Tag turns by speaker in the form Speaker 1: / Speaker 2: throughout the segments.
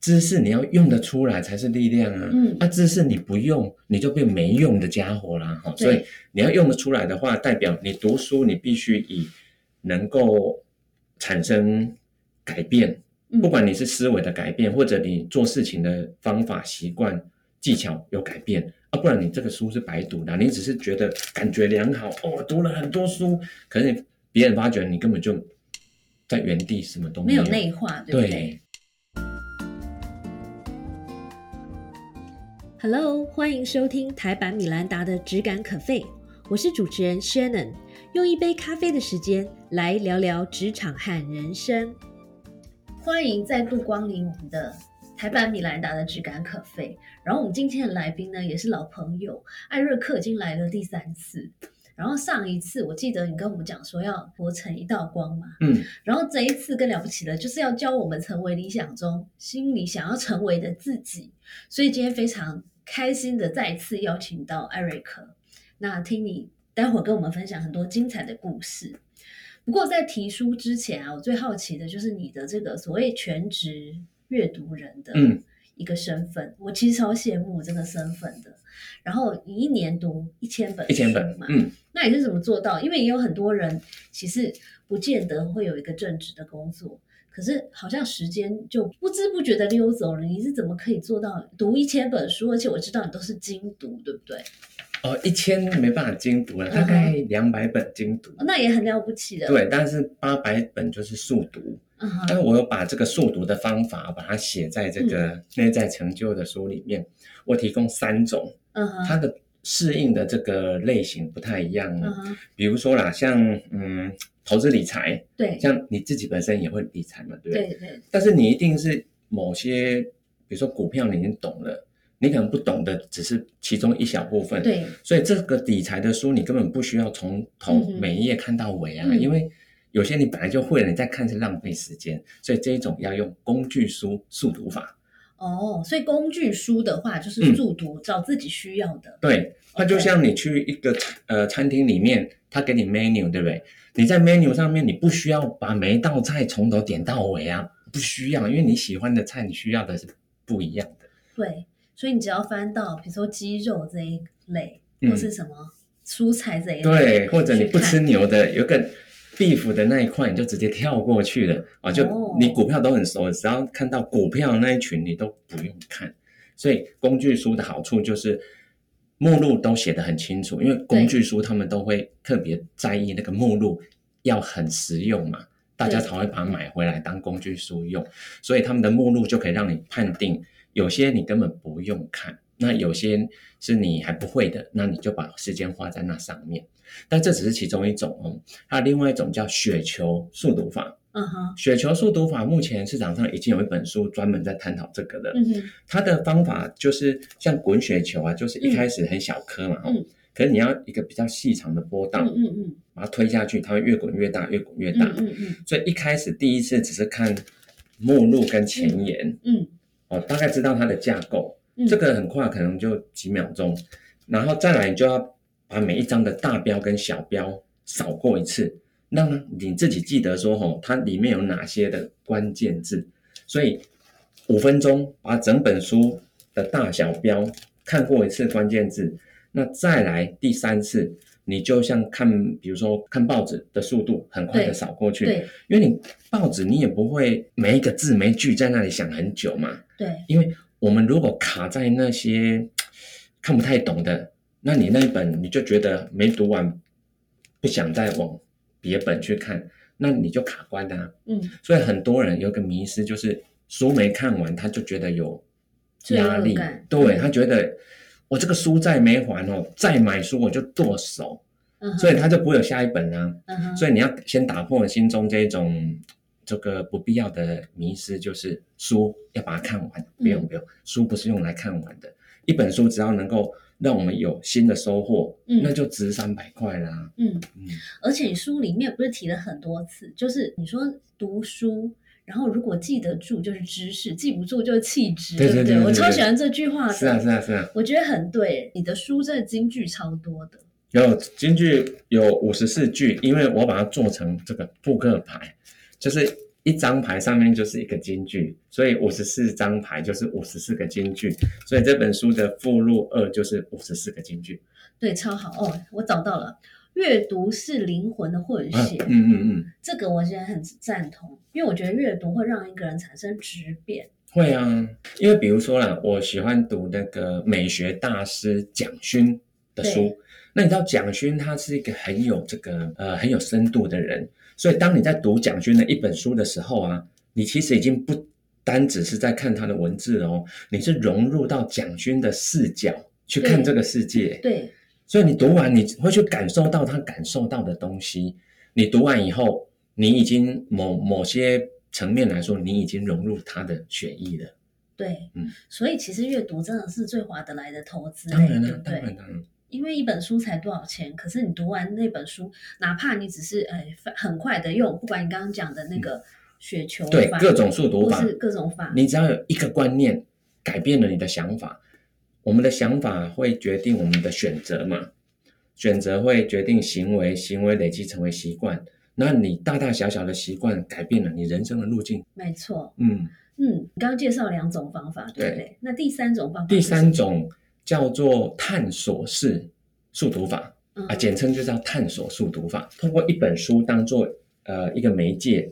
Speaker 1: 知识你要用得出来才是力量啊！
Speaker 2: 嗯
Speaker 1: 啊，知识你不用，你就变没用的家伙啦！哈、所以
Speaker 2: 对
Speaker 1: 你要用得出来的话，代表你读书，你必须以能够产生改变，
Speaker 2: 嗯
Speaker 1: 不管你是思维的改变，或者你做事情的方法、习惯、技巧有改变啊，不然你这个书是白读的。你只是觉得感觉良好，哦，我读了很多书，可是别人发觉你根本就在原地，什么都
Speaker 2: 没
Speaker 1: 有
Speaker 2: 有内化，对不对
Speaker 1: 嗯对。
Speaker 2: Hello，欢迎收听台版米兰达的《只感可废》，我是主持人 Shannon，用一杯咖啡的时间来聊聊职场和人生。欢迎再度光临我们的台版米兰达的《只感可废》，然后我们今天的来宾呢也是老朋友，艾瑞克已经来了第三次。然后上一次我记得你跟我们讲说要活成一道光嘛，
Speaker 1: 嗯，
Speaker 2: 然后这一次更了不起的，就是要教我们成为理想中心里想要成为的自己。所以今天非常开心的再次邀请到艾瑞克，那听你待会儿跟我们分享很多精彩的故事。不过在提书之前啊，我最好奇的就是你的这个所谓全职阅读人的
Speaker 1: 嗯
Speaker 2: 一个身份，我其实超羡慕这个身份的。然后你一年读一千本，
Speaker 1: 一千本
Speaker 2: 嘛，，
Speaker 1: 嗯，
Speaker 2: 那你是怎么做到？因为也有很多人其实不见得会有一个正职的工作，可是好像时间就不知不觉的溜走了。你是怎么可以做到读一千本书？而且我知道你都是精读，对不对？
Speaker 1: 哦，一千没办法精读了，
Speaker 2: OK
Speaker 1: 大概两百本精读。
Speaker 2: 那也很了不起的。，
Speaker 1: 对，但是八百本就是速读，
Speaker 2: 嗯哼，
Speaker 1: 但是我有把这个速读的方法，把它写在这个
Speaker 2: 嗯
Speaker 1: 内在成就的书里面。我提供三种，
Speaker 2: 嗯哼，
Speaker 1: 它的适应的这个类型不太一样
Speaker 2: 嗯
Speaker 1: 哦。
Speaker 2: 哼，
Speaker 1: 比如说啦，像嗯投资理财，
Speaker 2: 对，
Speaker 1: 像你自己本身也会理财嘛，对不对？
Speaker 2: 对对，
Speaker 1: 但是你一定是某些，比如说股票你已经懂了，你可能不懂的只是其中一小部分。
Speaker 2: 对，
Speaker 1: 所以这个理财的书，你根本不需要从头
Speaker 2: 嗯哼
Speaker 1: 每一页看到尾啊，
Speaker 2: 嗯
Speaker 1: 因为有些你本来就会了，你再看是浪费时间。所以这一种要用工具书速读法，
Speaker 2: 哦，所以工具书的话就是
Speaker 1: 嗯
Speaker 2: 速读，找自己需要的。
Speaker 1: 对，它就像你去一个呃餐厅里面，它给你 menu，对不对？你在 menu 上面，你不需要把每一道菜从头点到尾啊，不需要，因为你喜欢的菜，你需要的是不一样的。
Speaker 2: 对，所以你只要翻到比如说鸡肉这一类，
Speaker 1: 嗯
Speaker 2: 或是什么蔬菜这一类，
Speaker 1: 对，或者你不
Speaker 2: 去看
Speaker 1: 吃牛的，有个 beef 的那一块，你就直接跳过去了啊！
Speaker 2: 哦
Speaker 1: 就你股票都很熟，只要看到股票那一群，你都不用看。所以工具书的好处就是目录都写得很清楚，因为工具书他们都会特别在意那个目录要很实用嘛，大家
Speaker 2: 对
Speaker 1: 才会把它买回来当工具书用。所以他们的目录就可以让你判定有些你根本不用看，那有些是你还不会的，那你就把时间花在那上面。但这只是其中一种哦，还有另外一种叫雪球速读法。
Speaker 2: 嗯哼，
Speaker 1: 雪球速读法目前市场上已经有一本书专门在探讨这个了。
Speaker 2: 嗯哼，
Speaker 1: 它的方法就是像滚雪球啊，就是一开始很小颗嘛，哦
Speaker 2: 嗯嗯嗯
Speaker 1: 可是你要一个比较细长的波
Speaker 2: 嗯
Speaker 1: 浪，
Speaker 2: 嗯嗯
Speaker 1: 把它推下去，它会越滚越大，越滚越
Speaker 2: 嗯
Speaker 1: 大。哦
Speaker 2: 嗯嗯
Speaker 1: 所以一开始第一次只是看目录跟前言，
Speaker 2: 嗯
Speaker 1: 哦，大概知道它的架构，
Speaker 2: 嗯，
Speaker 1: 这个很快可能就几秒钟，然后再来你就要把每一张的大标跟小标扫过一次，让你自己记得说吼、它里面有哪些的关键字，所以五分钟把整本书的大小标看过一次关键字，那再来第三次。你就像看，比如说看报纸的速度，很快
Speaker 2: 对
Speaker 1: 的扫过去，
Speaker 2: 对
Speaker 1: 因为你报纸你也不会每一个字每一句在那里想很久嘛，
Speaker 2: 对，
Speaker 1: 因为我们如果卡在那些看不太懂的，那你那一本你就觉得没读完，不想再往别本去看，那你就卡关啦、
Speaker 2: 嗯，
Speaker 1: 所以很多人有一个迷失，就是书没看完，他就觉得有
Speaker 2: 罪恶
Speaker 1: 压力
Speaker 2: 感，
Speaker 1: 对
Speaker 2: 嗯
Speaker 1: 他觉得我这个书债没还哦，再买书我就剁手，
Speaker 2: 嗯哼
Speaker 1: 所以他就不会有下一本啊啦、
Speaker 2: 嗯哼，
Speaker 1: 所以你要先打破心中这种这个不必要的迷失，就是书要把它看完，不用不用，书不是用来看完的。一本书只要能够让我们有新的收获，
Speaker 2: 嗯
Speaker 1: 那就值三百块啦。
Speaker 2: 嗯，
Speaker 1: 嗯，
Speaker 2: 而且你书里面不是提了很多次，就是你说读书。然后，如果记得住就是知识，记不住就是气质，
Speaker 1: 对
Speaker 2: 不
Speaker 1: 对对对
Speaker 2: 我超
Speaker 1: 对
Speaker 2: 喜欢这句话的，
Speaker 1: 是啊是啊是啊，
Speaker 2: 我觉得很对。你的书真的金句超多的，
Speaker 1: 有京剧有五十四句，因为我把它做成这个扑克牌，就是一张牌上面就是一个金句，所以五十四张牌就是五十四个金句，所以这本书的附录二就是五十四个金句。
Speaker 2: 对，超好哦，我找到了。阅读是灵魂的混
Speaker 1: 啊
Speaker 2: 血，
Speaker 1: 嗯嗯嗯，
Speaker 2: 这个我现在很赞同，因为我觉得阅读会让一个人产生质变。
Speaker 1: 会啊，因为比如说啦，我喜欢读那个美学大师蒋勋的书
Speaker 2: 对。
Speaker 1: 那你知道蒋勋他是一个很有这个呃很有深度的人，所以当你在读蒋勋的一本书的时候啊，你其实已经不单只是在看他的文字哦，你是融入到蒋勋的视角去看
Speaker 2: 对
Speaker 1: 这个世界。
Speaker 2: 对，
Speaker 1: 所以你读完，你会去感受到他感受到的东西。你读完以后，你已经某某些层面来说，你已经融入他的血液了。
Speaker 2: 对，
Speaker 1: 嗯
Speaker 2: 所以其实阅读真的是最划得来的投资，哎
Speaker 1: 当然
Speaker 2: 对
Speaker 1: 了，
Speaker 2: 不
Speaker 1: 当然
Speaker 2: 对？
Speaker 1: 当然，
Speaker 2: 因为一本书才多少钱，可是你读完那本书，哪怕你只是哎很快的用，不管你刚刚讲的那个雪球
Speaker 1: 嗯对
Speaker 2: 法
Speaker 1: 各种速读
Speaker 2: 或
Speaker 1: 法，
Speaker 2: 是各种法，
Speaker 1: 你只要有一个观念改变了你的想法，我们的想法会决定我们的选择嘛，选择会决定行为，行为累积成为习惯。那你大大小小的习惯改变了你人生的路径。
Speaker 2: 没错。
Speaker 1: 嗯，
Speaker 2: 嗯，你刚刚介绍两种方法，对不
Speaker 1: 对
Speaker 2: 对？那第三种方法
Speaker 1: 第
Speaker 2: 啊是什么，
Speaker 1: 三种叫做探索式速读法。
Speaker 2: 嗯
Speaker 1: 啊，简称就叫探索速读法，通过一本书当做呃一个媒介，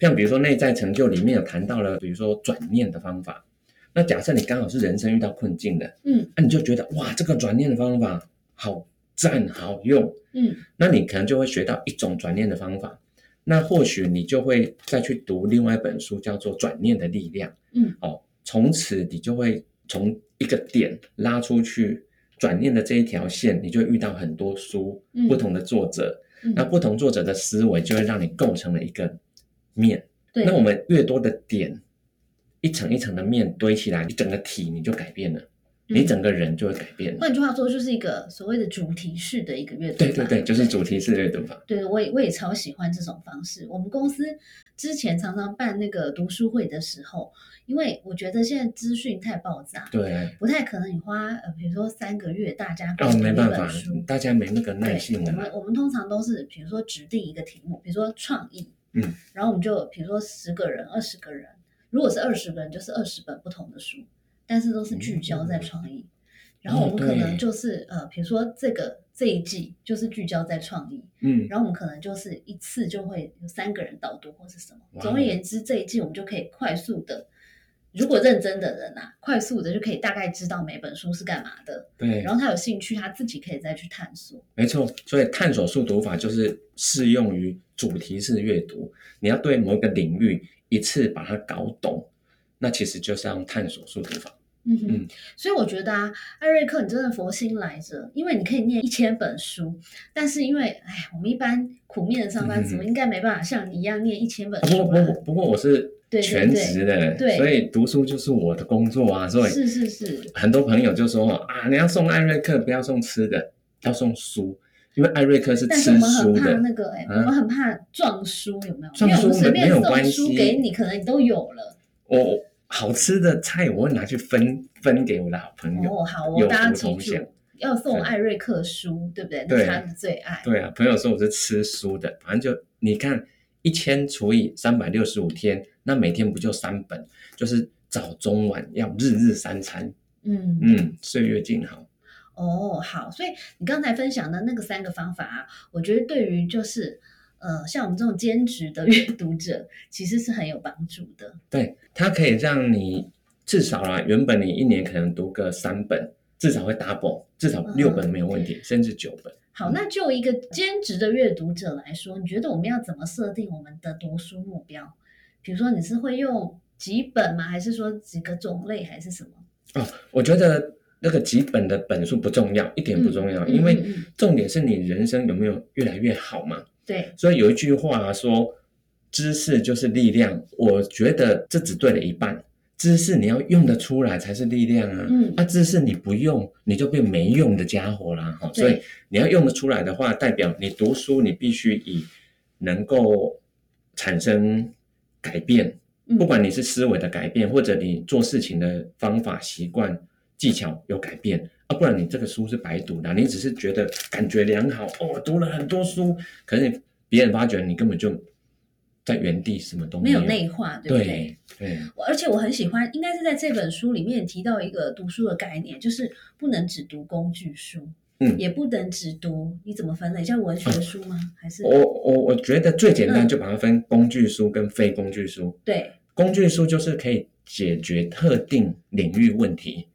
Speaker 1: 像比如说内在成就里面有谈到了，比如说转念的方法。那假设你刚好是人生遇到困境的，
Speaker 2: 嗯
Speaker 1: 那、你就觉得哇，这个转念的方法好赞好用，
Speaker 2: 嗯
Speaker 1: 那你可能就会学到一种转念的方法。那或许你就会再去读另外一本书，叫做《转念的力量》。
Speaker 2: 嗯，
Speaker 1: 哦，从此你就会从一个点拉出去，转念的这一条线，你就会遇到很多书，
Speaker 2: 嗯
Speaker 1: 不同的作者，
Speaker 2: 嗯，
Speaker 1: 那不同作者的思维就会让你构成了一个面。
Speaker 2: 对，
Speaker 1: 那我们越多的点，一层一层的面堆起来，你整个体你就改变了，你
Speaker 2: 嗯
Speaker 1: 整个人就会改变了。
Speaker 2: 换句话说，就是一个所谓的主题式的一个阅读
Speaker 1: 对
Speaker 2: 法
Speaker 1: 对对，就是主题式阅读法。
Speaker 2: 对，我也我也超喜欢这种方式。我们公司之前常常办那个读书会的时候，因为我觉得现在资讯太爆炸，
Speaker 1: 对。
Speaker 2: 不太可能你花呃，比如说三个月大家共
Speaker 1: 哦，
Speaker 2: 同
Speaker 1: 没
Speaker 2: 一
Speaker 1: 办
Speaker 2: 本
Speaker 1: 法
Speaker 2: 书。，
Speaker 1: 大家没那个耐
Speaker 2: 对，
Speaker 1: 性
Speaker 2: 我
Speaker 1: 了
Speaker 2: 们
Speaker 1: 嘛。
Speaker 2: 我们通常都是，比如说指定一个题目，比如说创意，
Speaker 1: 嗯，
Speaker 2: 然后我们就比如说十个人、二十个人，如果是二十个人，就是二十本不同的书，但是都是聚焦在创
Speaker 1: 嗯
Speaker 2: 意。然后我们可能
Speaker 1: 对
Speaker 2: 就是、呃，比如说这个这一季就是聚焦在创意，
Speaker 1: 嗯，
Speaker 2: 然后我们可能就是一次就会有三个人导读或是什么。
Speaker 1: 哇哦
Speaker 2: 总而言之，这一季我们就可以快速的，如果认真的人啊，快速的就可以大概知道每本书是干嘛的，
Speaker 1: 对
Speaker 2: 然，后他有兴趣，他自己可以再去探索。
Speaker 1: 没错。所以探索速读法就是适用于主题式阅读，你要对某一个领域一次把它搞懂，那其实就是要用探索速读法。
Speaker 2: 嗯哼
Speaker 1: 嗯，
Speaker 2: 所以我觉得啊，艾瑞克，你真的佛心来着，因为你可以念一千本书，但是因为哎，我们一般苦命的上班族
Speaker 1: 嗯
Speaker 2: 应该没办法像你一样念一千本
Speaker 1: 啊不过
Speaker 2: 书
Speaker 1: 不
Speaker 2: 吧？
Speaker 1: 过不过我是
Speaker 2: 对对
Speaker 1: 全职的，
Speaker 2: 对
Speaker 1: 所以读书就是我的工作啊。所以
Speaker 2: 是是是，
Speaker 1: 很多朋友就说啊，你要送艾瑞克，不要送吃的，要送书，因为艾瑞克是
Speaker 2: 但是
Speaker 1: 吃
Speaker 2: 我们
Speaker 1: 书
Speaker 2: 很怕
Speaker 1: 的。
Speaker 2: 那个哎、
Speaker 1: 啊
Speaker 2: 我们很怕撞书，有没有？
Speaker 1: 撞
Speaker 2: 因为我们
Speaker 1: 书
Speaker 2: 随
Speaker 1: 没
Speaker 2: 便
Speaker 1: 没有
Speaker 2: 送
Speaker 1: 关
Speaker 2: 书
Speaker 1: 系
Speaker 2: 给你，可能你都有了。
Speaker 1: 我好吃的菜我会拿去分分给我的好朋友。
Speaker 2: 哦，好哦，
Speaker 1: 嗯有
Speaker 2: 大家
Speaker 1: 福
Speaker 2: 记
Speaker 1: 同
Speaker 2: 住
Speaker 1: 享
Speaker 2: 要送
Speaker 1: 对
Speaker 2: 艾瑞克书，对不对？那
Speaker 1: 对
Speaker 2: 是他的最爱。
Speaker 1: 对啊，朋友说我是吃书的，反正就你看一千除以三百六十五天，那每天不就三本？就是早中晚要日日三餐，
Speaker 2: 嗯
Speaker 1: 嗯，岁月静好。
Speaker 2: 哦，好，所以你刚才分享的那个三个方法啊，我觉得对于就是呃，像我们这种兼职的阅读者，其实是很有帮助的。
Speaker 1: 对，它可以让你至少啦，原本你一年可能读个三本，至少会 double，至少
Speaker 2: 嗯
Speaker 1: 六本没有问题，甚至九本。
Speaker 2: 好，那就一个兼职的阅读者来说，你觉得我们要怎么设定我们的读书目标？比如说，你是会用几本吗？还是说几个种类，还是什么？
Speaker 1: 哦我觉得那个几本的本数不重要，一点不重要，
Speaker 2: 嗯
Speaker 1: 因
Speaker 2: 嗯
Speaker 1: 为
Speaker 2: 嗯
Speaker 1: 重点是你人生有没有越来越好嘛。
Speaker 2: 对，
Speaker 1: 所以有一句话、说，知识就是力量。我觉得这只对了一半，知识你要用得出来才是力量啊。
Speaker 2: 嗯
Speaker 1: 啊，知识你不用，你就变没用的家伙啦。哈、所
Speaker 2: 对
Speaker 1: 以你要用得出来的话，代表你读书，你必须以能够产生改变，
Speaker 2: 嗯
Speaker 1: 不管你是思维的改变，或者你做事情的方法、习惯、技巧有改变啊，不然你这个书是白读的啊、你只是觉得感觉良好哦，我读了很多书，可是别人发觉你根本就在原地什么都
Speaker 2: 没
Speaker 1: 有
Speaker 2: 有内化，对不对？
Speaker 1: 对对
Speaker 2: 我而且我很喜欢，应该是在这本书里面提到一个读书的概念，就是不能只读工具书，
Speaker 1: 嗯
Speaker 2: 也不能只读你怎么分类，叫文学书吗？还是
Speaker 1: 我我我觉得最简单
Speaker 2: 嗯
Speaker 1: 就把它分工具书跟非工具书。
Speaker 2: 对
Speaker 1: 工具书就是可以解决特定领域问题，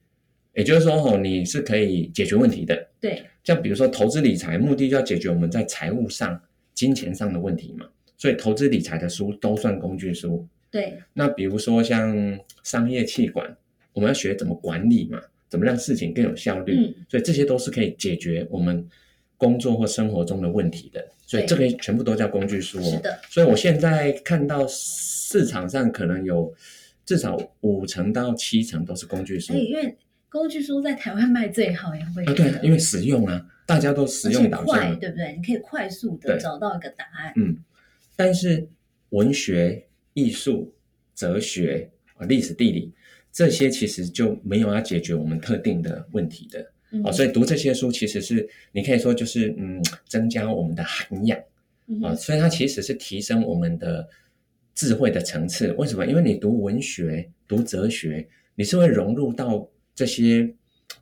Speaker 1: 也就是说哦，你是可以解决问题的。
Speaker 2: 对
Speaker 1: 像比如说投资理财，目的就要解决我们在财务上、金钱上的问题嘛，所以投资理财的书都算工具书。
Speaker 2: 对
Speaker 1: 那比如说像商业气管，我们要学怎么管理嘛，怎么让事情更有效率，
Speaker 2: 嗯
Speaker 1: 所以这些都是可以解决我们工作或生活中的问题的。所以这个全部都叫工具书
Speaker 2: 是
Speaker 1: 哦。
Speaker 2: 的，
Speaker 1: 所以我现在看到市场上可能有至少五成到七成都是工具书
Speaker 2: 哎，因为工具书在台湾卖最好呀，会
Speaker 1: 啊，对啊，因为实用啊，大家都
Speaker 2: 而
Speaker 1: 实
Speaker 2: 且
Speaker 1: 用导向
Speaker 2: 快，
Speaker 1: 啊。
Speaker 2: 对不对？你可以快速的
Speaker 1: 对
Speaker 2: 找到一个答案，
Speaker 1: 嗯，但是文学、艺术、哲学、啊历史、地理这些其实就没有要解决我们特定的问题的
Speaker 2: 嗯
Speaker 1: 哦，所以读这些书其实是你可以说就是嗯，增加我们的涵养
Speaker 2: 嗯
Speaker 1: 啊，
Speaker 2: 哼
Speaker 1: 所以它其实是提升我们的智慧的层次。为什么？因为你读文学、读哲学，你是会融入到这些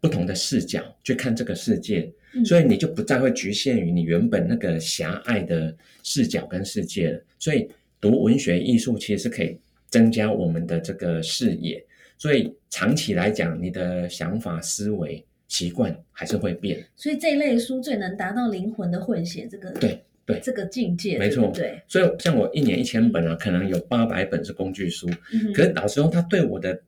Speaker 1: 不同的视角去看这个世界，
Speaker 2: 嗯
Speaker 1: 所以你就不再会局限于你原本那个狭隘的视角跟世界了。所以读文学艺术其实是可以增加我们的这个视野，所以长期来讲，你的想法、思维、习惯还是会变。
Speaker 2: 所以这一类书最能达到灵魂的混血这个
Speaker 1: 对对
Speaker 2: 这个境界，
Speaker 1: 没错
Speaker 2: 对不对，
Speaker 1: 所以像我一年一千本啊，可能有八百本是工具书，
Speaker 2: 嗯哼
Speaker 1: 可是老实说，它对我的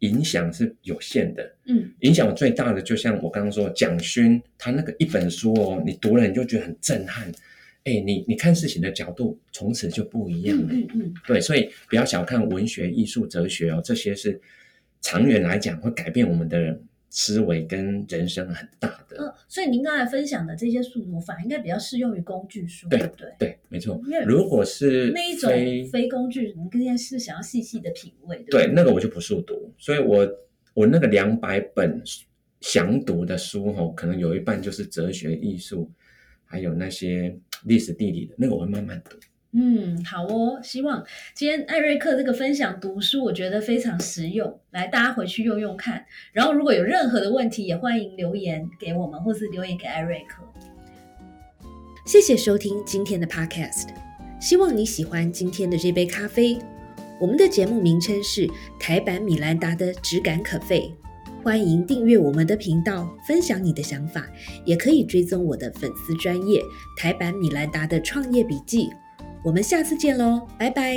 Speaker 1: 影响是有限的。
Speaker 2: 嗯
Speaker 1: 影响我最大的，就像我刚刚说，蒋勋他那个一本书哦，你读了你就觉得很震撼，哎，你你看事情的角度从此就不一样
Speaker 2: 嗯
Speaker 1: 了。
Speaker 2: 嗯嗯，
Speaker 1: 对，所以不要小看文学、艺术、哲学哦，这些是长远来讲会改变我们的思维跟人生很大的。
Speaker 2: 呃，所以您刚才分享的这些速读法，应该比较适用于工具书，
Speaker 1: 对
Speaker 2: 不对？
Speaker 1: 对，没错
Speaker 2: 因为。
Speaker 1: 如果是
Speaker 2: 那一种
Speaker 1: 非
Speaker 2: 非工具，你应该是想要细细的品味，对不
Speaker 1: 对，那个我就不速读，所以我我那个两百本详读的书吼，可能有一半就是哲学、艺术，还有那些历史、地理的，那个我会慢慢读。
Speaker 2: 嗯，好哦，希望今天艾瑞克这个分享读书，我觉得非常实用，来大家回去用用看。然后如果有任何的问题，也欢迎留言给我们，或是留言给艾瑞克。谢谢收听今天的 Podcast，希望你喜欢今天的这杯咖啡。我们的节目名称是台版米兰达的质感可废，欢迎订阅我们的频道，分享你的想法，也可以追踪我的粉丝专业台版米兰达的创业笔记。我们下次见喽，拜拜。